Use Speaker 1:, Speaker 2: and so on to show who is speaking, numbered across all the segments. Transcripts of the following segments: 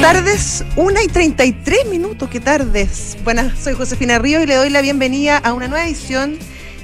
Speaker 1: tardes, 1 y 33 minutos, qué tardes. Buenas, soy Josefina Río y le doy la bienvenida a una nueva edición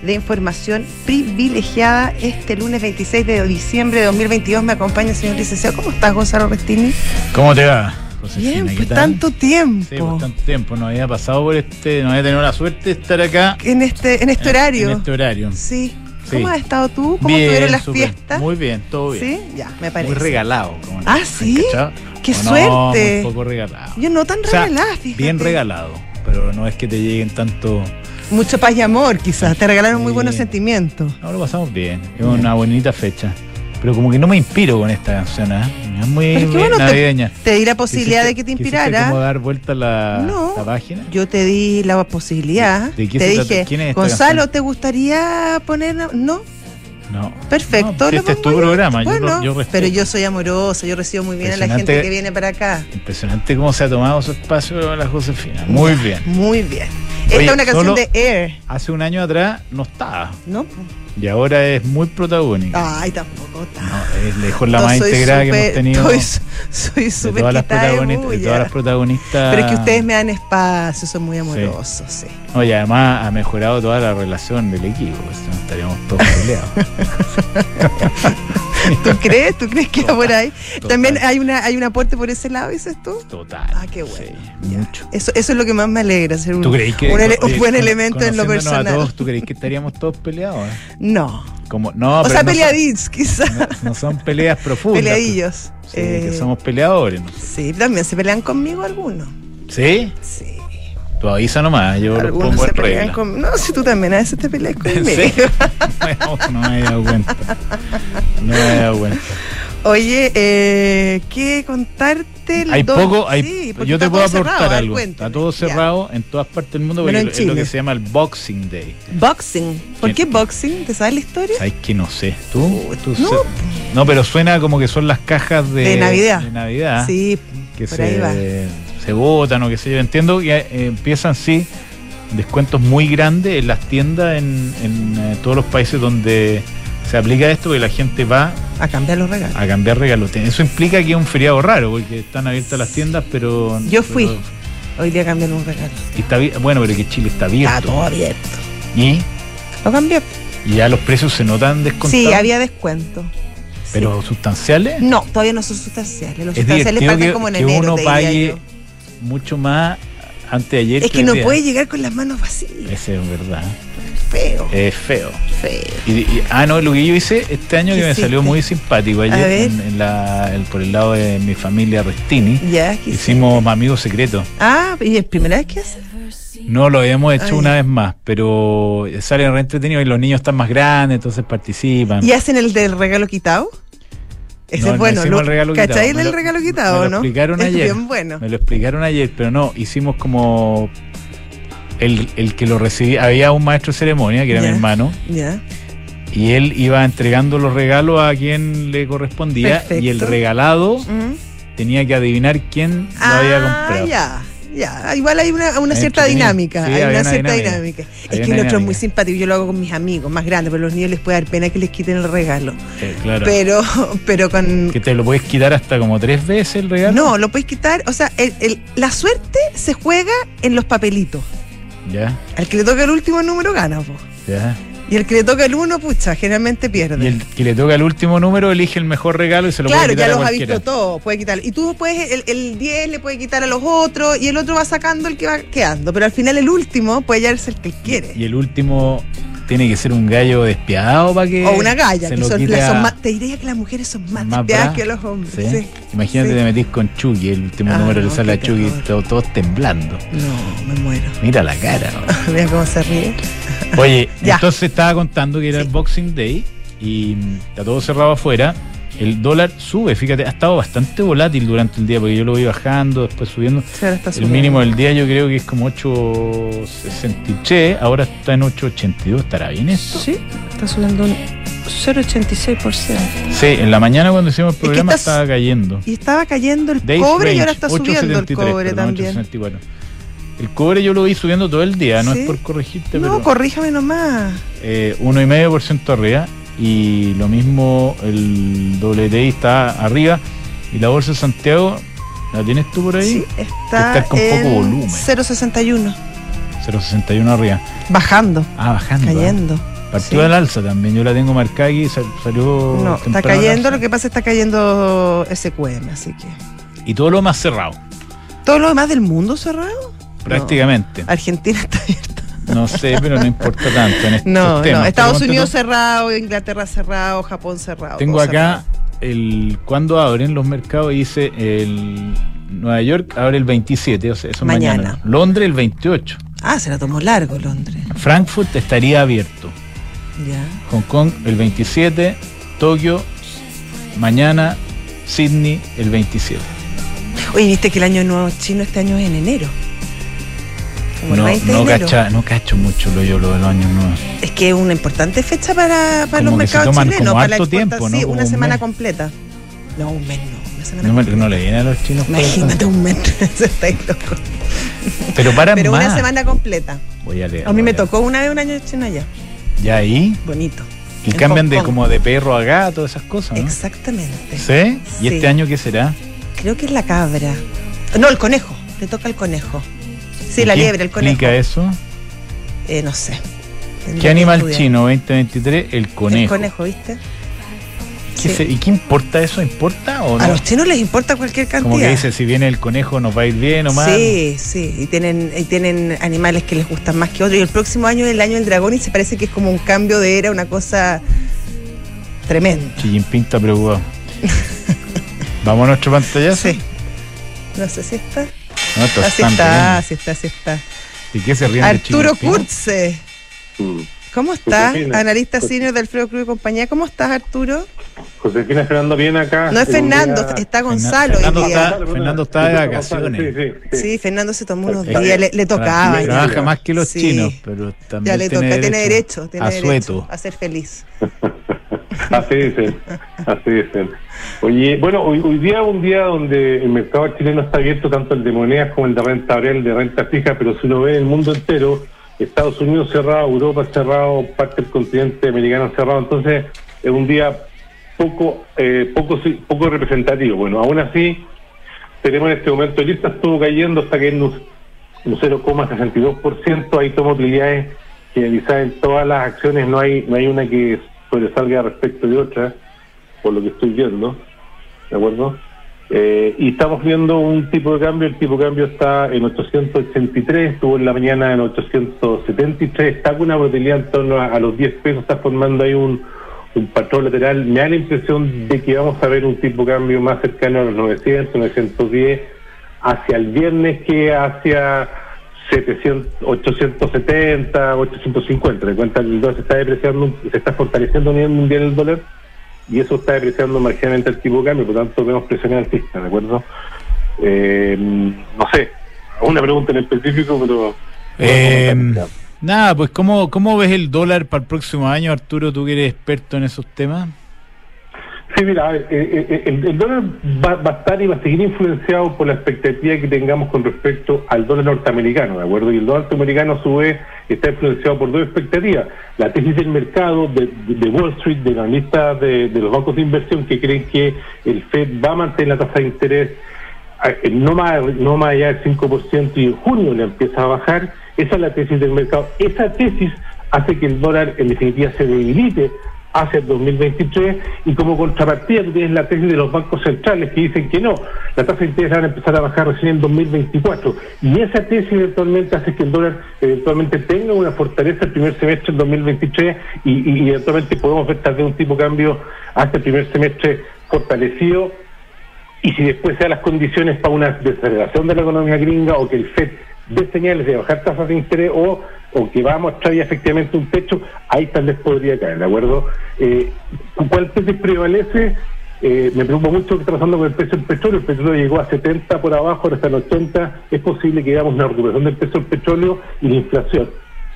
Speaker 1: de Información Privilegiada este lunes 26 de diciembre de 2022. Me acompaña el señor licenciado. ¿Cómo estás, Gonzalo Restini?
Speaker 2: ¿Cómo te va?
Speaker 1: Bien,
Speaker 2: Josefina? ¿Qué
Speaker 1: pues
Speaker 2: tal?
Speaker 1: tanto tiempo.
Speaker 2: Sí, pues, tanto tiempo. No había pasado por este, no había tenido la suerte de estar acá.
Speaker 1: En este, en este horario.
Speaker 2: En este horario.
Speaker 1: Sí.
Speaker 2: Sí.
Speaker 1: ¿Cómo has estado tú? ¿Cómo
Speaker 2: Bien,
Speaker 1: estuvieron las
Speaker 2: súper.
Speaker 1: fiestas?
Speaker 2: Muy bien, todo bien.
Speaker 1: Sí, ya, me parece.
Speaker 2: Muy regalado. como no.
Speaker 1: Ah,
Speaker 2: ¿Has
Speaker 1: ¿sí?
Speaker 2: cachado?
Speaker 1: ¡Qué
Speaker 2: O
Speaker 1: suerte!
Speaker 2: No, muy poco regalado.
Speaker 1: Yo no tan
Speaker 2: O sea,
Speaker 1: regalada, fíjate.
Speaker 2: Bien regalado, pero no es que te lleguen tanto.
Speaker 1: Mucho paz y amor, quizás. Te regalaron muy
Speaker 2: Sí.
Speaker 1: buenos sentimientos.
Speaker 2: No, lo pasamos bien. Es una bonita fecha. Pero como que no me inspiro con esta canción, ¿eh? Es muy
Speaker 1: Pero es que
Speaker 2: bien
Speaker 1: bueno,
Speaker 2: navideña.
Speaker 1: te, te di la posibilidad
Speaker 2: Quisiste-
Speaker 1: de que te
Speaker 2: quisiste
Speaker 1: inspirara.
Speaker 2: como dar vuelta la,
Speaker 1: No.
Speaker 2: la página?
Speaker 1: Yo te di la posibilidad.
Speaker 2: ¿De qué
Speaker 1: te
Speaker 2: se trata?
Speaker 1: dije,
Speaker 2: ¿Quién es esta
Speaker 1: Gonzalo,
Speaker 2: canción?
Speaker 1: ¿te gustaría poner.? una-?" No,
Speaker 2: No.
Speaker 1: perfecto.
Speaker 2: No,
Speaker 1: lo
Speaker 2: este es tu
Speaker 1: pongo yo.
Speaker 2: programa. yo
Speaker 1: Bueno,
Speaker 2: lo- yo respeto.
Speaker 1: pero yo soy amorosa, yo recibo muy bien a la gente
Speaker 2: Impresionante.
Speaker 1: que viene para acá.
Speaker 2: Impresionante cómo se ha tomado su espacio la Josefina. Muy bien.
Speaker 1: Muy bien. Esta
Speaker 2: Oye,
Speaker 1: es una canción
Speaker 2: solo-
Speaker 1: de Air,
Speaker 2: Hace un año atrás no estaba
Speaker 1: ¿no?
Speaker 2: y ahora es muy protagónica.
Speaker 1: Ay, tampoco está.
Speaker 2: No, es lejos la
Speaker 1: Ah. No,
Speaker 2: más
Speaker 1: soy
Speaker 2: integrada que hemos
Speaker 1: súper-
Speaker 2: tenido
Speaker 1: Soy, su- soy
Speaker 2: de,
Speaker 1: súper
Speaker 2: todas las
Speaker 1: quitada de
Speaker 2: protagonistas, de
Speaker 1: bulla.
Speaker 2: todas las protagonistas.
Speaker 1: Pero es que ustedes me dan espacio, son muy amorosos, sí.
Speaker 2: Oye, además ha mejorado toda la relación del equipo. si no estaríamos todos peleados.
Speaker 1: ¿Tú crees? ¿Tú crees que va por ahí?
Speaker 2: Total.
Speaker 1: También hay una hay un aporte por ese lado, dices tú.
Speaker 2: Total.
Speaker 1: Ah, qué bueno.
Speaker 2: sí,
Speaker 1: Ya.
Speaker 2: mucho.
Speaker 1: Eso, eso es lo que más me alegra, ser un,
Speaker 2: ¿Tú crees que
Speaker 1: un ele- un
Speaker 2: oye,
Speaker 1: buen
Speaker 2: cono-
Speaker 1: elemento en lo
Speaker 2: conociéndonos a
Speaker 1: personal.
Speaker 2: todos, ¿Tú crees que estaríamos todos peleados? eh?
Speaker 1: No.
Speaker 2: Como, no,
Speaker 1: o
Speaker 2: pero
Speaker 1: sea,
Speaker 2: no son-
Speaker 1: peleadits, quizás.
Speaker 2: no, no son peleas profundas.
Speaker 1: Peleadillos.
Speaker 2: Sí,
Speaker 1: Eh,
Speaker 2: que somos peleadores. ¿no?
Speaker 1: Sí, también se pelean conmigo algunos.
Speaker 2: ¿Sí?
Speaker 1: Sí.
Speaker 2: Tú avisa nomás, yo lo
Speaker 1: algunos
Speaker 2: pongo
Speaker 1: se
Speaker 2: en
Speaker 1: pelean
Speaker 2: regla.
Speaker 1: conmigo. No, si tú también a veces te peleas
Speaker 2: ¿En
Speaker 1: conmigo.
Speaker 2: serio? No, no me he dado cuenta. No me he dado cuenta.
Speaker 1: Oye, eh, ¿qué contarte?
Speaker 2: Hay
Speaker 1: Don-
Speaker 2: poco, hay,
Speaker 1: Sí, porque
Speaker 2: yo te
Speaker 1: está
Speaker 2: puedo
Speaker 1: todo cerrado.
Speaker 2: aportar
Speaker 1: A ver,
Speaker 2: algo.
Speaker 1: cuéntame.
Speaker 2: Está todo
Speaker 1: Ya.
Speaker 2: cerrado en todas partes del mundo porque
Speaker 1: Menos en
Speaker 2: es lo
Speaker 1: Chile.
Speaker 2: que se llama el Boxing Day.
Speaker 1: Boxing. ¿Por
Speaker 2: Sí.
Speaker 1: qué boxing? ¿Te sabes la historia?
Speaker 2: ¿Sabes que no sé? ¿Tú?
Speaker 1: Oh,
Speaker 2: ¿Tú
Speaker 1: no.
Speaker 2: sé- no, pero suena como que son las cajas de,
Speaker 1: De Navidad.
Speaker 2: de Navidad
Speaker 1: Sí,
Speaker 2: que
Speaker 1: por ahí va.
Speaker 2: se, se botan o qué sé yo. Entiendo que eh, empiezan, sí, descuentos muy grandes en las tiendas en, en, eh, todos los países donde se aplica esto, que la gente va
Speaker 1: A cambiar los regalos.
Speaker 2: a cambiar regalos. Eso implica que es un feriado raro, porque están abiertas las tiendas, pero.
Speaker 1: Yo fui.
Speaker 2: pero-
Speaker 1: Hoy día cambian un regalo.
Speaker 2: y está, abi- bueno, pero que Chile
Speaker 1: Está
Speaker 2: está abierto.
Speaker 1: todo abierto.
Speaker 2: Y,
Speaker 1: Lo cambié.
Speaker 2: y ya los precios se notan descontados.
Speaker 1: Sí, había descuento. Sí.
Speaker 2: Pero sustanciales.
Speaker 1: No, todavía no son sustanciales. Los
Speaker 2: es
Speaker 1: sustanciales
Speaker 2: divertido
Speaker 1: parten
Speaker 2: que,
Speaker 1: como en
Speaker 2: que
Speaker 1: enero.
Speaker 2: uno
Speaker 1: te diría
Speaker 2: pague
Speaker 1: yo.
Speaker 2: mucho más antes de ayer.
Speaker 1: Es que no
Speaker 2: hoy día.
Speaker 1: puede llegar con las manos vacías.
Speaker 2: Ese es verdad.
Speaker 1: Feo,
Speaker 2: Es feo.
Speaker 1: feo.
Speaker 2: Y, y- ah, no, lo que yo hice este año
Speaker 1: ¿Qué
Speaker 2: que me
Speaker 1: hiciste?
Speaker 2: salió muy simpático
Speaker 1: A
Speaker 2: ayer
Speaker 1: ver.
Speaker 2: en- en la- el- por el lado de mi familia Restini.
Speaker 1: Ya, quizás.
Speaker 2: Hicimos amigos secretos.
Speaker 1: Ah, y es primera vez que hace.
Speaker 2: No, lo habíamos hecho
Speaker 1: Ay.
Speaker 2: una vez más, pero salen re entretenidos y los niños están más grandes, entonces participan.
Speaker 1: ¿Y hacen el del regalo quitado? Ese
Speaker 2: Ah. No,
Speaker 1: es
Speaker 2: no
Speaker 1: bueno.
Speaker 2: hicimos
Speaker 1: lo-
Speaker 2: el regalo quitado.
Speaker 1: ¿Cachai
Speaker 2: Me
Speaker 1: el
Speaker 2: lo-
Speaker 1: regalo
Speaker 2: me
Speaker 1: quitado,
Speaker 2: lo
Speaker 1: no?
Speaker 2: explicaron
Speaker 1: es
Speaker 2: ayer.
Speaker 1: bien bueno.
Speaker 2: Me lo explicaron ayer, pero no, hicimos como el, el que lo recibía, había un maestro de ceremonia, que era
Speaker 1: Ya.
Speaker 2: mi hermano,
Speaker 1: Ya.
Speaker 2: y él iba entregando los regalos a quien le correspondía, y el
Speaker 1: Perfecto.
Speaker 2: regalado
Speaker 1: Mm.
Speaker 2: tenía que adivinar quién lo había
Speaker 1: Ah,
Speaker 2: comprado.
Speaker 1: ya. Ya, igual hay una, una
Speaker 2: Hay
Speaker 1: cierta
Speaker 2: entretenido.
Speaker 1: dinámica,
Speaker 2: Sí,
Speaker 1: hay
Speaker 2: había
Speaker 1: una
Speaker 2: una
Speaker 1: cierta dinámica.
Speaker 2: dinámica.
Speaker 1: Es
Speaker 2: Había
Speaker 1: que el
Speaker 2: una
Speaker 1: otro es muy
Speaker 2: dinámica.
Speaker 1: simpático, yo lo hago con mis amigos más grandes, pero a los niños les puede dar pena que les quiten el regalo.
Speaker 2: Eh, claro.
Speaker 1: Pero pero con
Speaker 2: que te lo puedes quitar hasta como tres veces el regalo.
Speaker 1: No, lo puedes quitar, o sea, el- el- la suerte se juega en los papelitos.
Speaker 2: Ya,
Speaker 1: Al que le toca el último número gana, po.
Speaker 2: ya.
Speaker 1: Y el que le toca el uno, pucha, generalmente pierde.
Speaker 2: Y el que le toca el último número elige el mejor regalo y se lo
Speaker 1: claro,
Speaker 2: puede
Speaker 1: ya
Speaker 2: quitar a
Speaker 1: los ha
Speaker 2: cualquiera.
Speaker 1: visto todos, puede quitar. Y tú puedes, el, el 10 le puede quitar a los otros y el otro va sacando el que va quedando. Pero al final el último puede hallarse el que él quiere.
Speaker 2: Y el último tiene que ser un gallo despiadado para que
Speaker 1: o una galla,
Speaker 2: eh, se
Speaker 1: que
Speaker 2: lo
Speaker 1: son,
Speaker 2: quite
Speaker 1: las son
Speaker 2: a-
Speaker 1: más- te diría que las mujeres son más,
Speaker 2: más
Speaker 1: despeadas
Speaker 2: bravas.
Speaker 1: que los hombres.
Speaker 2: ¿Sí?
Speaker 1: sí.
Speaker 2: Imagínate
Speaker 1: Sí.
Speaker 2: te metís con Chucky, el último
Speaker 1: Ah,
Speaker 2: número
Speaker 1: no,
Speaker 2: le sale
Speaker 1: qué
Speaker 2: a Chucky,
Speaker 1: terror.
Speaker 2: todo- todos temblando.
Speaker 1: No, me muero.
Speaker 2: Mira la cara. ¿no?
Speaker 1: Mira cómo se ríe.
Speaker 2: Oye,
Speaker 1: Ya.
Speaker 2: entonces estaba contando que era
Speaker 1: Sí.
Speaker 2: el Boxing Day y mm, está todo cerrado afuera. El dólar sube, fíjate, ha estado bastante volátil durante el día porque yo lo voy bajando, después subiendo.
Speaker 1: Se ahora está
Speaker 2: El
Speaker 1: subiendo.
Speaker 2: mínimo del día yo creo que es como 8.63, ahora está en 8.82, ¿estará bien esto?
Speaker 3: Sí, está subiendo un 0,86%.
Speaker 2: Sí, en la mañana cuando hicimos el
Speaker 1: que
Speaker 2: programa
Speaker 1: estás-
Speaker 2: estaba cayendo.
Speaker 1: Y estaba cayendo el
Speaker 2: Days
Speaker 1: cobre y
Speaker 2: range,
Speaker 1: ahora está subiendo el
Speaker 2: 8.73,
Speaker 1: cobre
Speaker 2: perdón,
Speaker 1: también.
Speaker 2: 8.74. El cobre yo lo vi subiendo todo el día, no
Speaker 1: Sí.
Speaker 2: es por corregirte,
Speaker 1: No,
Speaker 2: pero
Speaker 1: corríjame nomás.
Speaker 2: eh, 1,5% arriba y lo mismo el WTI está arriba y la bolsa de Santiago ¿La tienes tú por ahí?
Speaker 1: Sí, está
Speaker 2: Está con poco
Speaker 1: en
Speaker 2: volumen.
Speaker 1: 0,61.
Speaker 2: 0.61 arriba.
Speaker 1: Bajando,
Speaker 2: Ah, bajando. ah.
Speaker 1: cayendo.
Speaker 2: Partió
Speaker 1: Sí.
Speaker 2: al alza también. Yo la tengo marcada aquí y sal- salió.
Speaker 1: No, está
Speaker 2: temprano
Speaker 1: cayendo,
Speaker 2: al
Speaker 1: lo
Speaker 2: alza.
Speaker 1: que pasa es que está cayendo SQM, así que.
Speaker 2: Y todo lo más cerrado,
Speaker 1: ¿Todo lo demás del mundo cerrado?
Speaker 2: prácticamente.
Speaker 1: Argentina está abierta.
Speaker 2: No sé, pero no importa tanto en estos
Speaker 1: No,
Speaker 2: temas.
Speaker 1: no.
Speaker 2: Pero
Speaker 1: Estados
Speaker 2: ponte tú-
Speaker 1: Unidos cerrado, Inglaterra cerrado, Japón cerrado.
Speaker 2: Tengo
Speaker 1: todo
Speaker 2: acá el cuando abren los mercados y dice el Nueva York abre el 27, o sea, eso mañana.
Speaker 1: Mañana.
Speaker 2: Londres el 28.
Speaker 1: cerrado. Ah, se la tomó largo Londres.
Speaker 2: Frankfurt estaría abierto.
Speaker 1: Ya.
Speaker 2: Hong Kong el 27, Tokio mañana, Sydney el 27.
Speaker 1: Oye, viste que el año nuevo chino este año es en enero. Como
Speaker 2: No,
Speaker 1: el 20 de
Speaker 2: no
Speaker 1: enero.
Speaker 2: cacha- no cacho mucho lo yo lo de los años nuevos.
Speaker 1: Es que es una importante fecha para, para
Speaker 2: Como
Speaker 1: los
Speaker 2: que se
Speaker 1: mercados
Speaker 2: toman
Speaker 1: chilenos,
Speaker 2: como
Speaker 1: para la
Speaker 2: harto tiempo,
Speaker 1: exportación.
Speaker 2: ¿no?
Speaker 1: Sí,
Speaker 2: Como
Speaker 1: una
Speaker 2: un
Speaker 1: semana
Speaker 2: mes.
Speaker 1: completa. No, un mes no, una semana
Speaker 2: No, me-
Speaker 1: completa.
Speaker 2: no le viene a los chinos.
Speaker 1: Imagínate un mes, se está ahí loco.
Speaker 2: Pero para
Speaker 1: Pero
Speaker 2: más.
Speaker 1: una semana completa.
Speaker 2: Voy a leer.
Speaker 1: A mí
Speaker 2: voy
Speaker 1: me
Speaker 2: leer.
Speaker 1: tocó una vez un año chino allá.
Speaker 2: Ya ahí.
Speaker 1: Bonito.
Speaker 2: Y
Speaker 1: En
Speaker 2: cambian
Speaker 1: Hong
Speaker 2: de
Speaker 1: Kong.
Speaker 2: como de perro a gato, esas cosas. ¿no?
Speaker 1: Exactamente.
Speaker 2: ¿Sí?
Speaker 1: Sí.
Speaker 2: ¿Y este año qué será?
Speaker 1: Creo que es la cabra. No, el conejo. Le toca el conejo. Sí,
Speaker 2: ¿Y
Speaker 1: la
Speaker 2: qué
Speaker 1: liebre, el conejo.
Speaker 2: explica eso?
Speaker 1: Eh, no sé. Tendría
Speaker 2: ¿Qué
Speaker 1: que
Speaker 2: animal
Speaker 1: estudiar.
Speaker 2: chino 2023? El conejo.
Speaker 1: El conejo, ¿viste? Sí.
Speaker 2: ¿Qué se- ¿Y qué importa eso? ¿Importa o
Speaker 1: A
Speaker 2: no?
Speaker 1: los chinos les importa cualquier cantidad.
Speaker 2: Como que dice, si viene el conejo nos va a ir bien o mal.
Speaker 1: Sí, sí, y tienen, y tienen animales que les gustan más que otros. Y el próximo año es el año del dragón y se parece que es como un cambio de era, una cosa tremenda.
Speaker 2: Xi Jinping está preocupado. ¿Vamos a nuestro pantallazo?
Speaker 1: Sí. No sé si está.
Speaker 2: No, esto
Speaker 1: Ah,
Speaker 2: es
Speaker 1: sí
Speaker 2: tan
Speaker 1: está,
Speaker 2: bien.
Speaker 1: sí está, sí está.
Speaker 2: ¿Y qué se ríen de Xi
Speaker 1: Arturo
Speaker 2: Jinping?
Speaker 1: Kurze,
Speaker 4: Mm.
Speaker 1: ¿cómo estás?
Speaker 4: Josefina.
Speaker 1: Analista senior del Alfredo Cruz y compañía. ¿Cómo estás, Arturo?
Speaker 4: Josefina Fernando bien acá.
Speaker 1: No es
Speaker 4: en un día-
Speaker 1: Fernando, está Gonzalo hoy
Speaker 2: Fernando
Speaker 1: día.
Speaker 2: está- Fernando está de vacaciones.
Speaker 4: Sí, sí, sí.
Speaker 1: Sí, Fernando se tomó unos
Speaker 4: Está
Speaker 1: días,
Speaker 4: bien.
Speaker 1: le, le tocaba.
Speaker 4: Tranquilo,
Speaker 1: Ya,
Speaker 2: Trabaja más que los
Speaker 1: Sí.
Speaker 2: chinos, pero
Speaker 1: Ya
Speaker 2: también
Speaker 1: le
Speaker 2: tiene
Speaker 1: toca, tiene derecho, tiene
Speaker 2: a
Speaker 1: derecho
Speaker 2: sueto.
Speaker 1: a ser feliz.
Speaker 4: Así dicen, así dicen. Oye, bueno, hoy, hoy día es un día donde el mercado chileno está abierto, tanto el de monedas como el de renta variable, el de renta fija, pero si uno ve el mundo entero, Estados Unidos cerrado, Europa cerrado, parte del continente americano cerrado, entonces es un día poco, eh, poco, poco representativo. Bueno, aún así, tenemos en este momento, el IPSA estuvo cayendo hasta que un un 0,62%, ahí toma utilidades generalizadas en todas las acciones, no hay no hay una que sobresalga respecto de otra, por lo que estoy viendo, ¿de acuerdo? Eh, y estamos viendo un tipo de cambio, el tipo de cambio está en 883, estuvo en la mañana en 873, está con una utilidad en torno a, a los 10 pesos, está formando ahí un, un patrón lateral, me da la impresión de que vamos a ver un tipo de cambio más cercano a los 900, 910, hacia el viernes que hacia 700, 870, 850. De cuenta, el dólar se está depreciando, se está fortaleciendo a nivel mundial el dólar y eso está depreciando marginalmente el tipo de cambio, por tanto vemos presión alcista, ¿de acuerdo? Eh, no sé, una pregunta en específico, pero...
Speaker 2: Eh, nada, pues ¿cómo, ¿cómo ves el dólar para el próximo año, Arturo? Tú que eres experto en esos temas.
Speaker 4: Sí, mira, a ver, eh, eh, el, el dólar va, va a estar y va a seguir influenciado por la expectativa que tengamos con respecto al dólar norteamericano, ¿de acuerdo? Y el dólar norteamericano, a su vez, está influenciado por dos expectativas. La tesis del mercado, de, de- de Wall Street, de los analistas de, de los bancos de inversión que creen que el FED va a mantener la tasa de interés eh, no más, no más allá del 5% y en junio le empieza a bajar, esa es la tesis del mercado. Esa tesis hace que el dólar en definitiva se debilite hacia el 2023 y como contrapartida tú tienes la tesis de los bancos centrales que dicen que no, la tasa de interés van a empezar a bajar recién en 2024 y esa tesis eventualmente hace que el dólar eventualmente tenga una fortaleza el primer semestre del 2023 y, y, y eventualmente podemos ver tal vez un tipo de cambio hasta el primer semestre fortalecido y si después se dan las condiciones para una desaceleración de la economía gringa o que el FED dé señales de bajar tasas de interés o, o que va a mostrar ya efectivamente un techo, ahí tal vez podría caer, ¿de acuerdo? Eh, ¿Cuál tesis prevalece? Eh, me preocupa mucho que está pasando con el precio del petróleo. El petróleo llegó a 70 por abajo, ahora está en 80. Es posible que veamos una recuperación del precio del petróleo y la inflación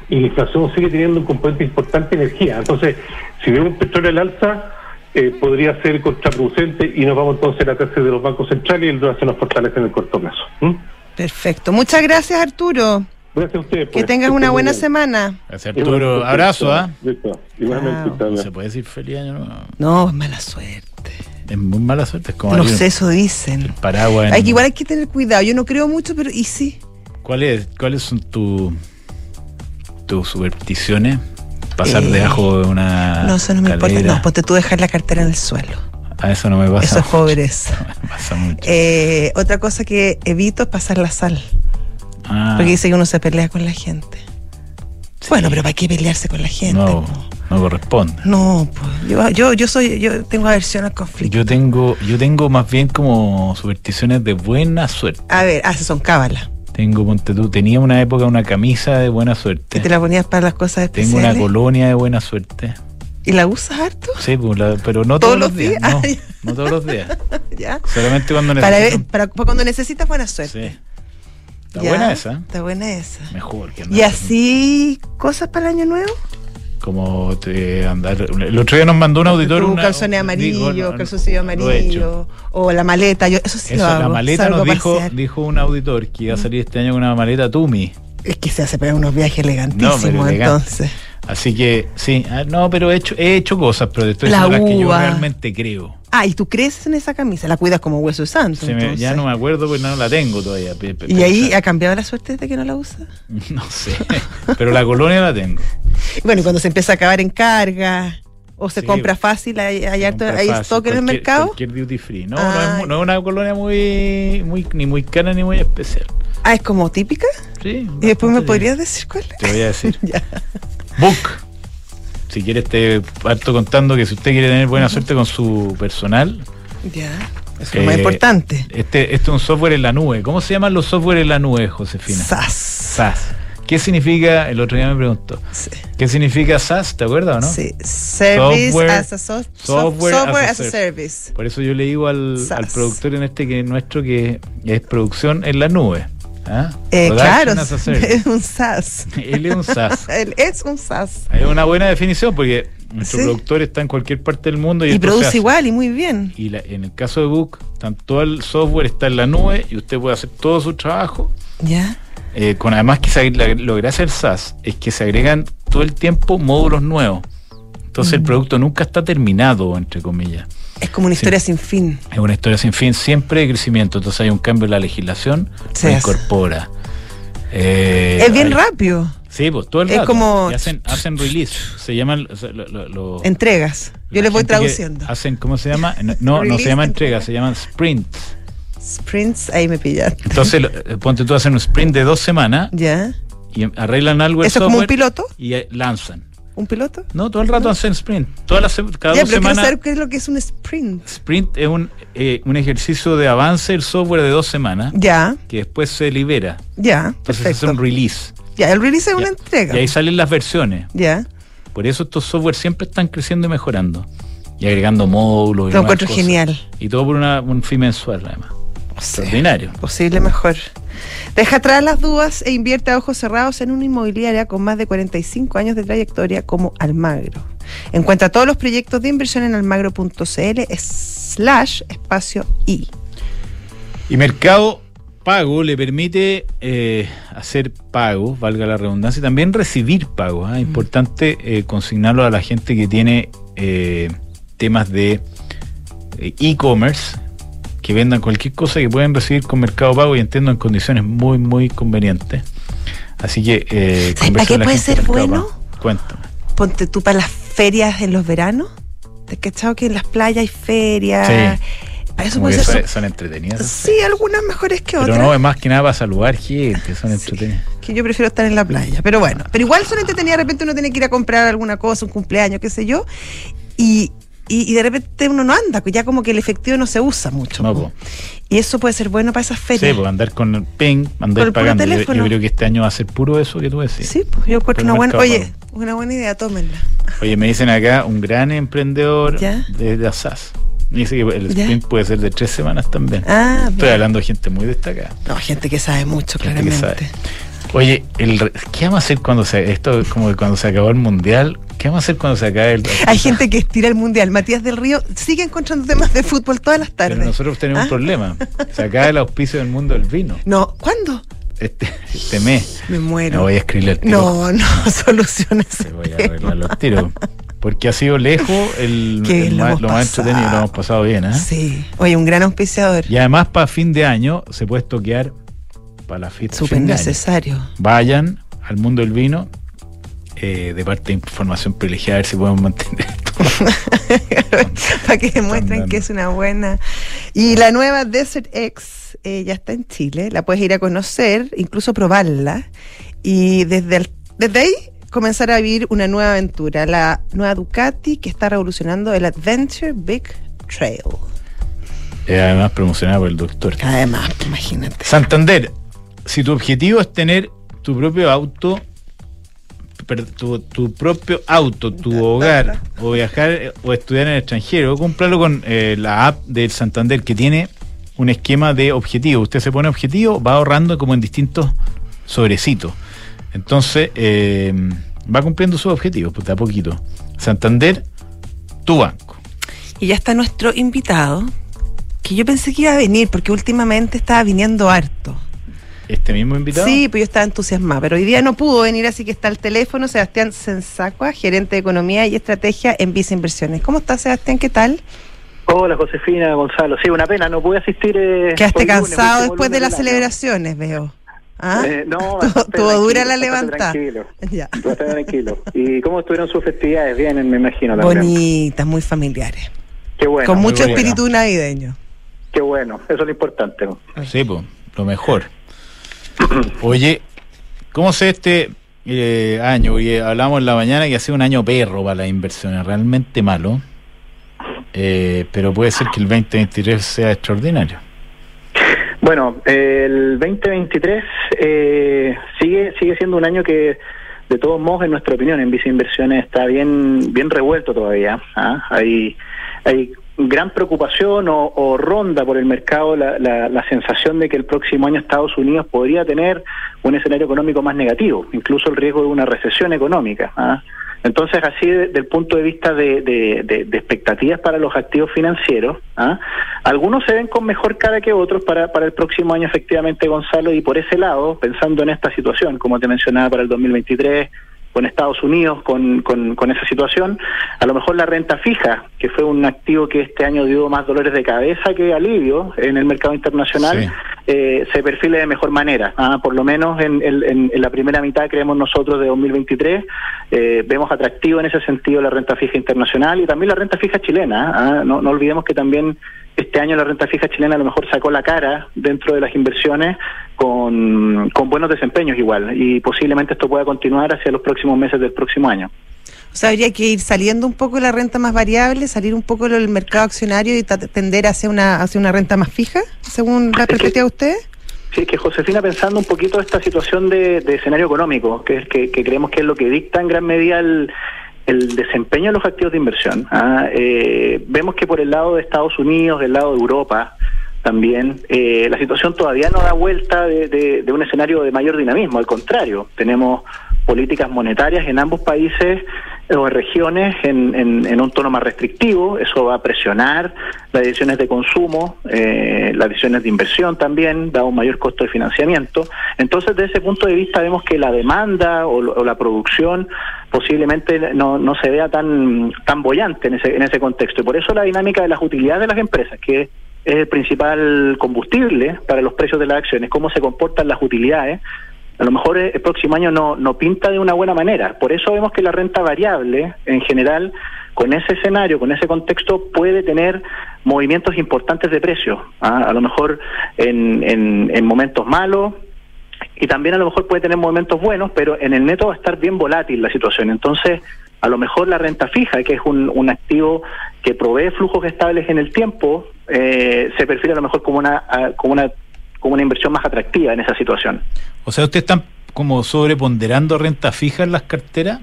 Speaker 4: y la inflación sigue teniendo un componente importante de energía. Entonces, si vemos petróleo al alza, eh, podría ser contraproducente y nos vamos entonces a la clase de los bancos centrales y el dólar se nos fortalece en el corto plazo. ¿Mm?
Speaker 1: Perfecto. Muchas gracias, Arturo.
Speaker 4: Gracias a ustedes.
Speaker 1: Que
Speaker 4: pues.
Speaker 1: tengas
Speaker 4: estén
Speaker 1: una
Speaker 4: muy
Speaker 1: buena
Speaker 4: bien.
Speaker 1: semana.
Speaker 2: Gracias,
Speaker 4: Igualmente,
Speaker 2: Arturo.
Speaker 4: ustedes,
Speaker 2: Abrazo, ¿ah?
Speaker 4: Listo. Igualmente,
Speaker 1: Chao.
Speaker 4: hasta
Speaker 2: No
Speaker 4: luego.
Speaker 2: se puede decir feliz año nuevo.
Speaker 1: No, es mala suerte.
Speaker 2: Es muy mala suerte. Es como
Speaker 1: no
Speaker 2: abrir un-
Speaker 1: sé, eso dicen.
Speaker 2: el paraguas. en-
Speaker 1: Hay que, igual hay que tener cuidado. Yo no creo mucho, pero y sí.
Speaker 2: ¿Cuál es- ¿Cuáles son tu- tus supersticiones? Pasar
Speaker 1: Eh,
Speaker 2: debajo de una.
Speaker 1: no, eso no me importa.
Speaker 2: escalera.
Speaker 1: No, pues, ponte tú dejar la cartera en el suelo.
Speaker 2: Ah, eso no me pasa.
Speaker 1: Eso es
Speaker 2: mucho.
Speaker 1: pobreza.
Speaker 2: Me pasa mucho.
Speaker 1: Eh, otra cosa que evito es pasar la sal.
Speaker 2: Ah,
Speaker 1: Porque dice que uno se pelea con la gente.
Speaker 2: sí.
Speaker 1: Bueno, pero ¿para qué pelearse con la gente?
Speaker 2: No,
Speaker 1: po?
Speaker 2: no corresponde.
Speaker 1: No, pues yo, yo, yo soy, yo tengo aversión al conflicto.
Speaker 2: Yo tengo, yo tengo más bien como supersticiones de buena suerte.
Speaker 1: A ver, ah, esas son cábalas.
Speaker 2: Tengo, ponte tú, tenía una época una camisa de buena
Speaker 1: Que
Speaker 2: suerte.
Speaker 1: te la ponías para las cosas especiales.
Speaker 2: Tengo una colonia de buena suerte.
Speaker 1: ¿Y la usas harto?
Speaker 2: Sí, pues, la- pero no
Speaker 1: ¿Todos
Speaker 2: todos, los
Speaker 1: los
Speaker 2: días.
Speaker 1: días? Ah,
Speaker 2: no, no todos los días.
Speaker 1: ¿Ya?
Speaker 2: Solamente cuando
Speaker 1: Para, ver-
Speaker 2: necesito.
Speaker 1: para, para cuando necesitas buena suerte.
Speaker 2: Sí. Está
Speaker 1: ¿Ya?
Speaker 2: buena esa.
Speaker 1: Está buena esa.
Speaker 2: Mejor que
Speaker 1: ¿Y así cosas para el año nuevo?
Speaker 2: Como te andar. El otro día nos mandó un auditor.
Speaker 1: Un
Speaker 2: una-
Speaker 1: calzón amarillo,
Speaker 2: digo, no, no,
Speaker 1: calzoncillo
Speaker 2: no lo he hecho.
Speaker 1: amarillo, o la maleta, yo eso sí
Speaker 2: Eso,
Speaker 1: lo hago.
Speaker 2: la maleta
Speaker 1: salgo
Speaker 2: nos
Speaker 1: a
Speaker 2: dijo,
Speaker 1: pasear.
Speaker 2: dijo un auditor que iba a salir este año con una maleta Tumi.
Speaker 1: Es que se hace para unos viajes elegantísimos,
Speaker 2: No, pero elegante.
Speaker 1: entonces.
Speaker 2: Así que, sí, ah, no, pero he hecho, he hecho cosas, pero te estoy
Speaker 1: La
Speaker 2: diciendo las que yo
Speaker 1: uva.
Speaker 2: realmente creo.
Speaker 1: Ah, ¿y tú crees en esa camisa? La cuidas como hueso santo,
Speaker 2: Se me-
Speaker 1: entonces.
Speaker 2: ya no me acuerdo porque no la tengo todavía. pe- pe-
Speaker 1: ¿Y
Speaker 2: pero
Speaker 1: ahí
Speaker 2: esa-
Speaker 1: ha cambiado la suerte desde que no la usa?
Speaker 2: No sé, pero la colonia la tengo.
Speaker 1: Bueno, y cuando se empieza a acabar en carga, o se
Speaker 2: Sí,
Speaker 1: compra fácil, hay, hay, harto-
Speaker 2: Compra
Speaker 1: hay
Speaker 2: fácil,
Speaker 1: stock en el
Speaker 2: cualquier-
Speaker 1: mercado.
Speaker 2: Cualquier duty free. No, no, es,
Speaker 1: Ah.
Speaker 2: mu- no es una colonia muy, muy, ni muy cara ni muy especial.
Speaker 1: Ah, es como típica.
Speaker 2: Sí,
Speaker 1: ¿Y después me
Speaker 2: bastante
Speaker 1: podrías decir cuál
Speaker 2: Te voy a decir.
Speaker 1: Ya.
Speaker 2: Book. Si quieres te parto contando que si usted quiere tener buena suerte con su personal,
Speaker 1: Ya. Eso es lo más
Speaker 2: Eh,
Speaker 1: importante.
Speaker 2: este, este es un software en la nube. ¿Cómo se llaman los software en la nube, Josefina?
Speaker 1: SAS.
Speaker 2: SaaS. ¿Qué significa? El otro día me preguntó.
Speaker 1: Sí.
Speaker 2: ¿Qué significa SaaS? ¿Te acuerdas o no?
Speaker 1: Sí. Service
Speaker 2: Software-
Speaker 1: as a so- so-
Speaker 2: software
Speaker 1: software,
Speaker 2: as a
Speaker 1: as a
Speaker 2: ser-
Speaker 1: service.
Speaker 2: Por eso yo le digo al,
Speaker 1: SaaS.
Speaker 2: al productor en este que nuestro que es producción en la nube. ¿Ah?
Speaker 1: Eh,
Speaker 2: Production
Speaker 1: claro,
Speaker 2: as a service.
Speaker 1: es un SAS.
Speaker 2: Él es un SaaS.
Speaker 1: Él es un SAS.
Speaker 2: Es una buena definición porque nuestro
Speaker 1: Sí.
Speaker 2: productor está en cualquier parte del mundo y,
Speaker 1: Y
Speaker 2: esto se
Speaker 1: produce
Speaker 2: hace.
Speaker 1: igual y muy bien.
Speaker 2: Y la- en el caso de Book, tanto el software está en la nube y usted puede hacer todo su trabajo.
Speaker 1: Ya.
Speaker 2: Eh, con además que se agre- la- lo que hace el SaaS es que se agregan todo el tiempo módulos nuevos. Entonces
Speaker 1: Mm.
Speaker 2: el producto nunca está terminado, entre comillas.
Speaker 1: Es como una
Speaker 2: Sí.
Speaker 1: historia sin fin.
Speaker 2: Es una historia sin fin, siempre de crecimiento. Entonces hay un cambio en la legislación,
Speaker 1: Se
Speaker 2: se
Speaker 1: hace.
Speaker 2: incorpora. Eh,
Speaker 1: es bien
Speaker 2: hay-
Speaker 1: rápido.
Speaker 2: Sí, pues todo el
Speaker 1: Es
Speaker 2: rato.
Speaker 1: como-
Speaker 2: Y hacen, hacen release. Se llaman. o sea, lo- lo- lo-
Speaker 1: Entregas. Yo
Speaker 2: la
Speaker 1: les voy
Speaker 2: gente que
Speaker 1: traduciendo.
Speaker 2: Hacen, ¿cómo se llama? No, no se
Speaker 1: Release,
Speaker 2: llama entrega,
Speaker 1: entrega.
Speaker 2: se llaman sprints.
Speaker 1: Sprints, ahí me pillaste.
Speaker 2: Entonces, lo- eh, ponte tú, hacen un sprint de dos semanas
Speaker 1: Ya.
Speaker 2: y em- arreglan algo el
Speaker 1: ¿Eso es como un
Speaker 2: software
Speaker 1: piloto?
Speaker 2: y eh, lanzan.
Speaker 1: ¿Un piloto?
Speaker 2: No, todo el rato hacen sprint. Todas las se- cada
Speaker 1: ya,
Speaker 2: dos
Speaker 1: pero quiero
Speaker 2: semanas.
Speaker 1: saber qué es lo que es un sprint.
Speaker 2: Sprint es un, eh, un ejercicio de avance del software de dos semanas
Speaker 1: Ya,
Speaker 2: que después se libera.
Speaker 1: ya.
Speaker 2: Entonces se hace
Speaker 1: perfecto.
Speaker 2: un release.
Speaker 1: Ya, el release es una
Speaker 2: Ya.
Speaker 1: entrega.
Speaker 2: Y ahí salen las versiones.
Speaker 1: ya.
Speaker 2: Por eso estos software siempre están creciendo y mejorando. Y agregando módulos. y
Speaker 1: Lo
Speaker 2: nuevas
Speaker 1: encuentro
Speaker 2: cosas.
Speaker 1: genial.
Speaker 2: Y todo por una, un fin mensual, además.
Speaker 1: O sea,
Speaker 2: Extraordinario.
Speaker 1: posible mejor. Deja atrás las dudas e invierte a ojos cerrados en una inmobiliaria con más de 45 años de trayectoria como Almagro. Encuentra todos los proyectos de inversión en almagro.cl slash espacio I.
Speaker 2: Y Mercado Pago le permite eh, hacer pagos, valga la redundancia, y también recibir pagos.
Speaker 1: Mm.
Speaker 2: ¿ah? Importante eh, consignarlo a la gente que tiene eh, temas de eh, e-commerce, que vendan cualquier cosa que pueden recibir con Mercado Pago y entiendo en condiciones muy, muy convenientes. Así que... Eh,
Speaker 1: ¿Sabes para
Speaker 2: conversa
Speaker 1: qué
Speaker 2: con la
Speaker 1: puede
Speaker 2: gente
Speaker 1: ser
Speaker 2: de Mercado
Speaker 1: bueno?
Speaker 2: Pago. Cuéntame.
Speaker 1: Ponte tú para las ferias en los veranos. ¿Te has cachado que en las playas hay ferias? Para eso
Speaker 2: Como
Speaker 1: puede
Speaker 2: que
Speaker 1: ser.
Speaker 2: son, son entretenidas. esas
Speaker 1: Sí,
Speaker 2: cosas.
Speaker 1: algunas mejores que
Speaker 2: Pero
Speaker 1: otras.
Speaker 2: no, es más que nada para saludar gente, son
Speaker 1: Sí,
Speaker 2: entretenidas.
Speaker 1: que yo prefiero estar en la playa. Pero bueno, pero igual son entretenidas. De repente uno tiene que ir a comprar alguna cosa, un cumpleaños, qué sé yo. Y, y, y de repente uno no anda, pues ya como que el efectivo no se usa mucho.
Speaker 2: No, po.
Speaker 1: Y eso puede ser bueno para esas
Speaker 2: Sí,
Speaker 1: ferias.
Speaker 2: pues andar con el ping,
Speaker 1: Con
Speaker 2: andar
Speaker 1: el puro
Speaker 2: pagando. Yo, yo
Speaker 1: teléfono.
Speaker 2: creo que este año va a ser puro eso que tú decís.
Speaker 1: Sí, pues, yo encuentro
Speaker 2: Pero
Speaker 1: una buena.
Speaker 2: mercado
Speaker 1: Oye, una buena idea, tómenla.
Speaker 2: Oye, me dicen acá un gran emprendedor
Speaker 1: Ya.
Speaker 2: de la SAS. Me dice que el
Speaker 1: Ya.
Speaker 2: sprint puede ser de tres semanas también.
Speaker 1: Ah,
Speaker 2: Estoy
Speaker 1: bien.
Speaker 2: hablando de gente muy destacada.
Speaker 1: No, gente que sabe mucho,
Speaker 2: Gente que
Speaker 1: claramente.
Speaker 2: sabe. Oye, el, re- ¿qué vamos a hacer cuando se esto es como que cuando se acabó el mundial? ¿Qué vamos a hacer cuando se acabe el
Speaker 1: Hay gente que estira el mundial. Matías del Río sigue encontrando temas de fútbol todas las
Speaker 2: Pero
Speaker 1: tardes.
Speaker 2: nosotros tenemos
Speaker 1: Ah.
Speaker 2: un problema. Se acaba el auspicio del mundo del vino.
Speaker 1: No, ¿cuándo?
Speaker 2: este, este mes.
Speaker 1: Me muero.
Speaker 2: Me voy a escribir el tiro.
Speaker 1: No, no, soluciones.
Speaker 2: Me voy a arreglar los tiros. Porque ha sido lejos el,
Speaker 1: Que
Speaker 2: el
Speaker 1: lo
Speaker 2: ma-
Speaker 1: hemos
Speaker 2: lo más entretenido, lo
Speaker 1: pasado.
Speaker 2: hemos pasado bien. ¿eh?
Speaker 1: Sí. Oye, un gran auspiciador.
Speaker 2: Y además para fin de año se puede toquear para la fiesta. de
Speaker 1: Súper
Speaker 2: fin de año.
Speaker 1: necesario.
Speaker 2: Vayan al mundo del vino. eh, de parte de información privilegiada, a ver si podemos mantener esto.
Speaker 1: Para que demuestren que es una buena. Y la nueva Desert X eh, ya está en Chile. La puedes ir a conocer, incluso probarla. Y desde, el- desde ahí comenzar a vivir una nueva aventura. La nueva Ducati que está revolucionando el Adventure Big Trail.
Speaker 2: Eh, además, promocionada por el doctor.
Speaker 1: Además, imagínate.
Speaker 2: Santander, si tu objetivo es tener tu propio auto, per- tu, tu propio auto, tu hogar, o viajar eh, o estudiar en el extranjero, cúmplalo con eh, la app del Santander que tiene un esquema de objetivo. Usted se pone objetivo, va ahorrando como en distintos sobrecitos. Entonces, eh, va cumpliendo sus objetivos, pues de a poquito. Santander, tu banco.
Speaker 1: Y ya está nuestro invitado, que yo pensé que iba a venir, porque últimamente estaba viniendo harto.
Speaker 2: Este mismo invitado.
Speaker 1: Sí, pues yo estaba entusiasmada, pero hoy día no pudo venir, así que está al teléfono Sebastián Sensacua, gerente de Economía y Estrategia en Visa Inversiones. ¿Cómo estás, Sebastián? ¿Qué tal?
Speaker 5: Hola Josefina, Gonzalo. Sí, una pena, no pude asistir. Eh,
Speaker 1: Quedaste
Speaker 5: el lunes,
Speaker 1: cansado
Speaker 5: último
Speaker 1: después de
Speaker 5: lunes
Speaker 1: las
Speaker 5: del año.
Speaker 1: celebraciones, veo. ¿Ah?
Speaker 5: Eh, no,
Speaker 1: Tu-
Speaker 5: bastante
Speaker 1: tuvo dura
Speaker 5: tranquilo,
Speaker 1: la
Speaker 5: bastante
Speaker 1: levantada.
Speaker 5: Tranquilo,
Speaker 1: Ya.
Speaker 5: bastante tranquilo. ¿Y cómo estuvieron sus festividades? Bien, me imagino. También.
Speaker 1: Bonitas, muy familiares,
Speaker 5: Qué bueno,
Speaker 1: con
Speaker 2: muy
Speaker 1: mucho
Speaker 2: buena.
Speaker 1: espíritu navideño.
Speaker 5: qué bueno. Eso es lo importante. ¿no?
Speaker 2: Sí, po, lo mejor. Oye, ¿cómo se este eh, año? Oye, hablamos en la mañana que ha sido un año perro para las inversiones, realmente malo. Eh, pero puede ser que el 2023 sea extraordinario.
Speaker 5: Bueno, el 2023 eh, sigue sigue siendo un año que, de todos modos, en nuestra opinión, en Visa Inversiones está bien bien revuelto todavía. ¿ah? Hay hay gran preocupación o, o ronda por el mercado la, la- la sensación de que el próximo año Estados Unidos podría tener un escenario económico más negativo, incluso el riesgo de una recesión económica. ¿ah? Entonces, así de- del punto de vista de, de- de- de expectativas para los activos financieros, ¿ah? algunos se ven con mejor cara que otros para, para el próximo año, efectivamente, Gonzalo, y por ese lado, pensando en esta situación, como te mencionaba, para el 2023 con Estados Unidos, con, con- con esa situación, a lo mejor la renta fija, que fue un activo que este año dio más dolores de cabeza que alivio en el mercado internacional,
Speaker 2: Sí.
Speaker 5: eh, se perfile de mejor manera. Ah, por lo menos en, el- en- en la primera mitad, creemos nosotros, de 2023, eh, vemos atractivo en ese sentido la renta fija internacional y también la renta fija chilena. ah. no, no olvidemos que también este año la renta fija chilena a lo mejor sacó la cara dentro de las inversiones con, con buenos desempeños igual y posiblemente esto pueda continuar hacia los próximos meses del próximo año.
Speaker 1: O sea, habría que ir saliendo un poco de la renta más variable, salir un poco del mercado accionario y ta- tender hacia una, hacia una renta más fija, según la
Speaker 5: que-
Speaker 1: perspectiva de ustedes.
Speaker 5: Sí, es que Josefina, pensando un poquito esta situación de, de escenario económico, que, es- que, que creemos que es lo que dicta en gran medida el, el desempeño de los activos de inversión, ah, eh, vemos que por el lado de Estados Unidos, del lado de Europa, también eh, la situación todavía no da vuelta de, de- de un escenario de mayor dinamismo, al contrario, tenemos políticas monetarias en ambos países eh, o en regiones en, en- en un tono más restrictivo, eso va a presionar las decisiones de consumo, eh, las decisiones de inversión también, da un mayor costo de financiamiento. Entonces, desde ese punto de vista, vemos que la demanda o, lo- o la producción posiblemente no, no se vea tan, tan bollante en ese, en ese contexto. Y por eso la dinámica de las utilidades de las empresas, que es el principal combustible para los precios de las acciones, cómo se comportan las utilidades, a lo mejor eh, el próximo año no, no pinta de una buena manera. Por eso vemos que la renta variable, en general, con ese escenario, con ese contexto, puede tener movimientos importantes de precio. ¿ah? A lo mejor en, en- en momentos malos, y también a lo mejor puede tener momentos buenos, pero en el neto va a estar bien volátil la situación. Entonces, a lo mejor la renta fija, que es un, un activo que provee flujos estables en el tiempo, eh, se perfila a lo mejor como una, ah, como una como una inversión más atractiva en esa situación.
Speaker 2: O sea, ¿ustedes están como sobreponderando renta fija en las carteras?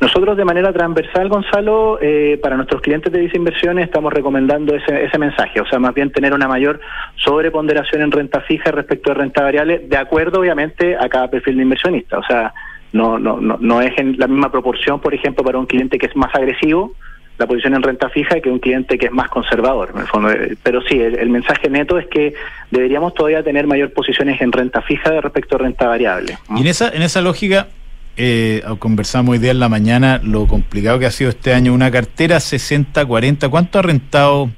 Speaker 5: Nosotros de manera transversal, Gonzalo, eh, para nuestros clientes de Disinversiones estamos recomendando ese, ese mensaje, o sea, más bien tener una mayor sobreponderación en renta fija respecto de renta variable, de acuerdo obviamente a cada perfil de inversionista, o sea, no, no, no, no es en la misma proporción, por ejemplo, para un cliente que es más agresivo la posición en renta fija que un cliente que es más conservador. En el fondo. Eh, Pero sí, el, el mensaje neto es que deberíamos todavía tener mayor posiciones en renta fija respecto a renta variable.
Speaker 2: Y en esa, en esa lógica, eh, conversamos hoy día en la mañana lo complicado que ha sido este año. Una cartera 60-40, ¿cuánto ha rentado,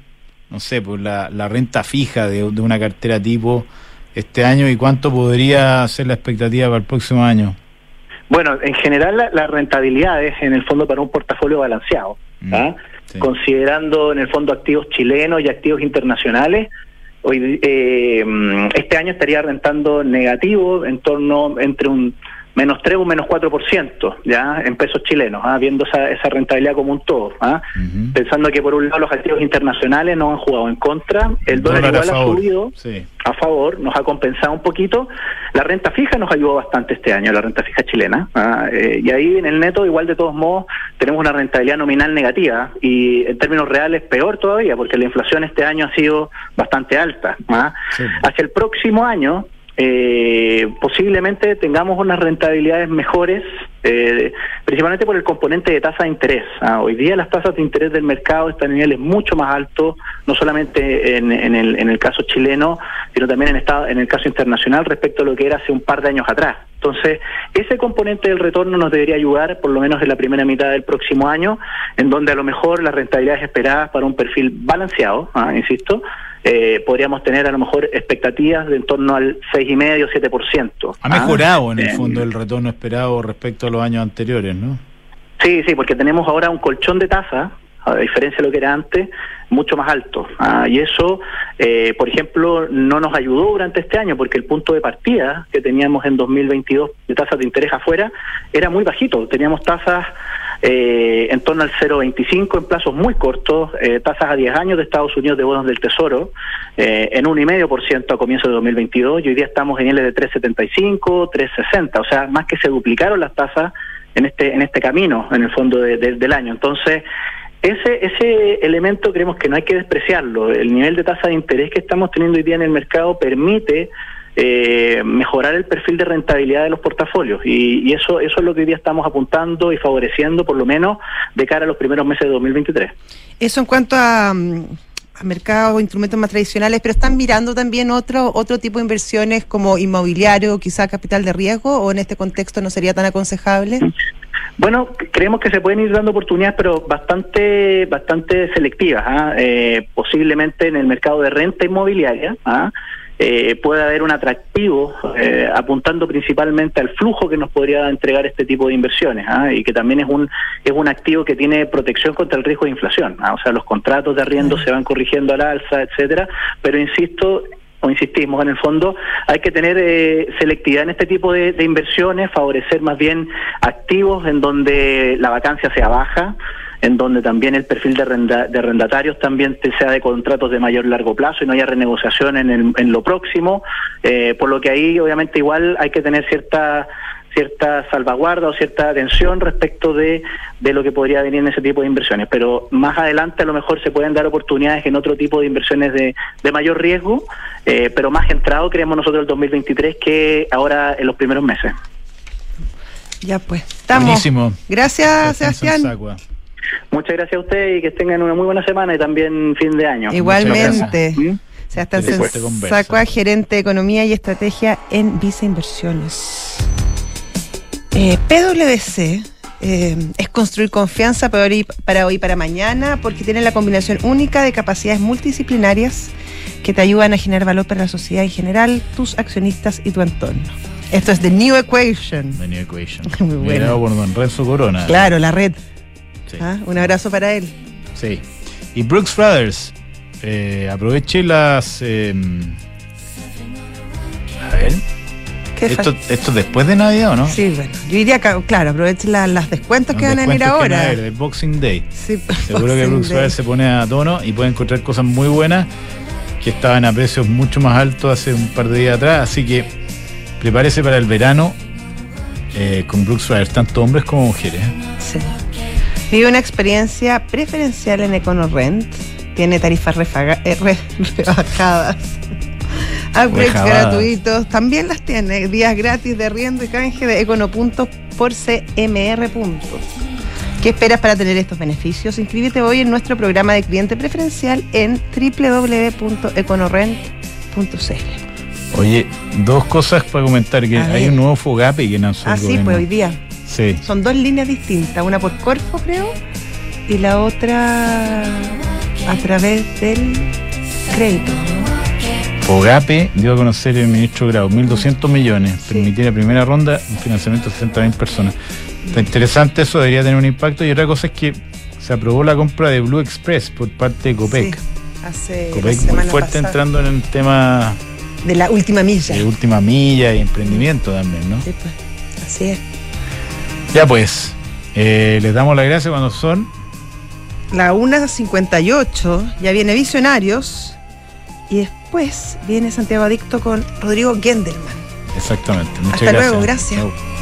Speaker 2: no sé, por la, la renta fija de, de una cartera tipo este año y cuánto podría ser la expectativa para el próximo año?
Speaker 5: Bueno, en general la, la rentabilidad es en el fondo para un portafolio balanceado. ¿ah?
Speaker 2: Mm, Sí.
Speaker 5: Considerando en el fondo activos chilenos y activos internacionales, hoy eh, este año estaría rentando negativo en torno entre un menos 3 o un menos 4% ya en pesos chilenos, ¿ah? viendo esa, esa rentabilidad como un todo. ¿ah?
Speaker 2: Ujú.
Speaker 5: Pensando que por un lado los activos internacionales nos han jugado en contra, el dólar,
Speaker 2: Dólar a
Speaker 5: igual ha
Speaker 2: favor,
Speaker 5: subido
Speaker 2: sí.
Speaker 5: a favor, nos ha compensado un poquito. La renta fija nos ayudó bastante este año, la renta fija chilena. ah, eh, y ahí en el neto, igual de todos modos, tenemos una rentabilidad nominal negativa y en términos reales peor todavía, porque la inflación este año ha sido bastante alta. ah.
Speaker 2: Sí.
Speaker 5: Hacia el próximo año, eh, posiblemente tengamos unas rentabilidades mejores, eh, principalmente por el componente de tasa de interés. Ah, hoy día las tasas de interés del mercado están en niveles mucho más altos, no solamente en, en el, en el caso chileno, sino también en, esta- en el caso internacional respecto a lo que era hace un par de años atrás. Entonces, ese componente del retorno nos debería ayudar por lo menos en la primera mitad del próximo año, en donde a lo mejor las rentabilidades esperadas para un perfil balanceado, ah, insisto, eh, podríamos tener a lo mejor expectativas de en torno al 6,5 o 7%.
Speaker 2: Ha mejorado en el
Speaker 5: eh,
Speaker 2: fondo el retorno esperado respecto a los años anteriores, ¿no?
Speaker 5: Sí, sí, porque tenemos ahora un colchón de tasa, a diferencia de lo que era antes, mucho más alto. Ah, y eso, eh, por ejemplo, no nos ayudó durante este año, porque el punto de partida que teníamos en 2022 de tasas de interés afuera era muy bajito. Teníamos tasas eh, en torno al 0,25 en plazos muy cortos, eh, tasas a 10 años de Estados Unidos de bonos del Tesoro, eh, en 1,5% a comienzos de 2022, y hoy día estamos en L de 3,75, 3,60, o sea, más que se duplicaron las tasas en este en este camino en el fondo de- de- del año entonces ese ese elemento creemos que no hay que despreciarlo el nivel de tasa de interés que estamos teniendo hoy día en el mercado permite eh, mejorar el perfil de rentabilidad de los portafolios y, y eso eso es lo que hoy día estamos apuntando y favoreciendo por lo menos de cara a los primeros meses de 2023
Speaker 1: Eso en cuanto a, mm, a mercados o instrumentos más tradicionales, pero están mirando también otro, otro tipo de inversiones como inmobiliario, quizá capital de riesgo, o en este contexto no sería tan aconsejable.
Speaker 5: Bueno, creemos que se pueden ir dando oportunidades, pero bastante, bastante selectivas. ¿ah? Eh, posiblemente en el mercado de renta inmobiliaria ¿ah? Eh, puede haber un atractivo eh, apuntando principalmente al flujo que nos podría entregar este tipo de inversiones ¿ah? y que también es un es un activo que tiene protección contra el riesgo de inflación. ¿ah? O sea, los contratos de arriendo se van corrigiendo al alza, etcétera. Pero insisto, o insistimos en el fondo, hay que tener eh, selectividad en este tipo de, de inversiones, favorecer más bien activos en donde la vacancia sea baja, en donde también el perfil de, arrenda- de arrendatarios también te- sea de contratos de mayor largo plazo y no haya renegociación en, el- en lo próximo, eh, por lo que ahí obviamente igual hay que tener cierta cierta salvaguarda o cierta atención respecto de, de lo que podría venir en ese tipo de inversiones. Pero más adelante a lo mejor se pueden dar oportunidades en otro tipo de inversiones de, de mayor riesgo, eh, pero más entrado creemos nosotros el 2023 que ahora en los primeros meses.
Speaker 1: Ya pues, estamos.
Speaker 2: Buenísimo.
Speaker 1: Gracias,
Speaker 2: Descansa en
Speaker 1: Sebastián.
Speaker 2: Sacua.
Speaker 5: Muchas gracias a ustedes y que tengan una muy buena semana y también fin de año.
Speaker 1: Igualmente.
Speaker 5: ¿Mm?
Speaker 1: Sebastián
Speaker 2: Después te conversa.
Speaker 1: Sensacua, gerente de Economía y Estrategia en Visa Inversiones. Eh, PwC eh, es construir confianza para hoy, para hoy y para mañana porque tiene la combinación única de capacidades multidisciplinarias que te ayudan a generar valor para la sociedad en general, tus accionistas y tu entorno. Esto es The New Equation.
Speaker 2: The New Equation.
Speaker 1: Muy bueno.
Speaker 2: Liderado por Don Renzo Corona.
Speaker 1: Claro, la red.
Speaker 2: Sí.
Speaker 1: ¿ah? Un abrazo para él.
Speaker 2: Sí. Y Brooks Brothers, eh, aproveche las. eh, a ver.
Speaker 1: Qué
Speaker 2: Esto, esto es después de Navidad, ¿o no?
Speaker 1: Sí, bueno. Yo diría que, claro, aprovechen la- las descuentos
Speaker 2: Los
Speaker 1: que van a venir
Speaker 2: descuentos que van a
Speaker 1: ahora.
Speaker 2: haber del Boxing Day.
Speaker 1: Sí,
Speaker 2: Seguro que
Speaker 1: Boxing
Speaker 2: Brooks
Speaker 1: Day.
Speaker 2: Brothers se pone a tono y puede encontrar cosas muy buenas que estaban a precios mucho más altos hace un par de días atrás. Así que prepárese para el verano eh, con Brooks Brothers, tanto hombres como mujeres. ¿eh?
Speaker 1: Sí. Vive una experiencia preferencial en EconoRent. Tiene tarifas refaga- eh, re- rebajadas. Upgrades
Speaker 2: Rejabadas.
Speaker 1: gratuitos. También las tiene. Días gratis de riendo y canje de EconoPuntos por CMR Puntos. ¿Qué esperas para tener estos beneficios? Inscríbete hoy en nuestro programa de cliente preferencial en www.econorrent.cl.
Speaker 2: Oye, dos cosas para comentar, que
Speaker 1: A
Speaker 2: hay
Speaker 1: ver.
Speaker 2: un nuevo Fogape que lanzó el
Speaker 1: Así
Speaker 2: gobierno.
Speaker 1: pues hoy día.
Speaker 2: Sí.
Speaker 1: Son dos líneas distintas, una por Corfo, creo, y la otra a través del crédito. ¿no?
Speaker 2: Fogape dio a conocer el ministro Grau, 1.200 millones,
Speaker 1: Sí.
Speaker 2: permitir la primera ronda, un financiamiento de 60.000 personas. Está interesante, eso debería tener un impacto. Y otra cosa es que se aprobó la compra de Blue Express por parte de Copec.
Speaker 1: Sí, hace la
Speaker 2: Copec muy
Speaker 1: semana
Speaker 2: fuerte
Speaker 1: pasada.
Speaker 2: entrando en el tema
Speaker 1: De la última milla.
Speaker 2: de última milla y emprendimiento también, ¿no?
Speaker 1: Sí, pues, Así es.
Speaker 2: Ya pues, eh, les damos las gracias cuando son
Speaker 1: La 1.58, ya viene Visionarios. Y después viene Santiago Adicto con Rodrigo Gendelman.
Speaker 2: Exactamente. Muchas
Speaker 1: Hasta
Speaker 2: gracias.
Speaker 1: luego, gracias.
Speaker 2: Chau.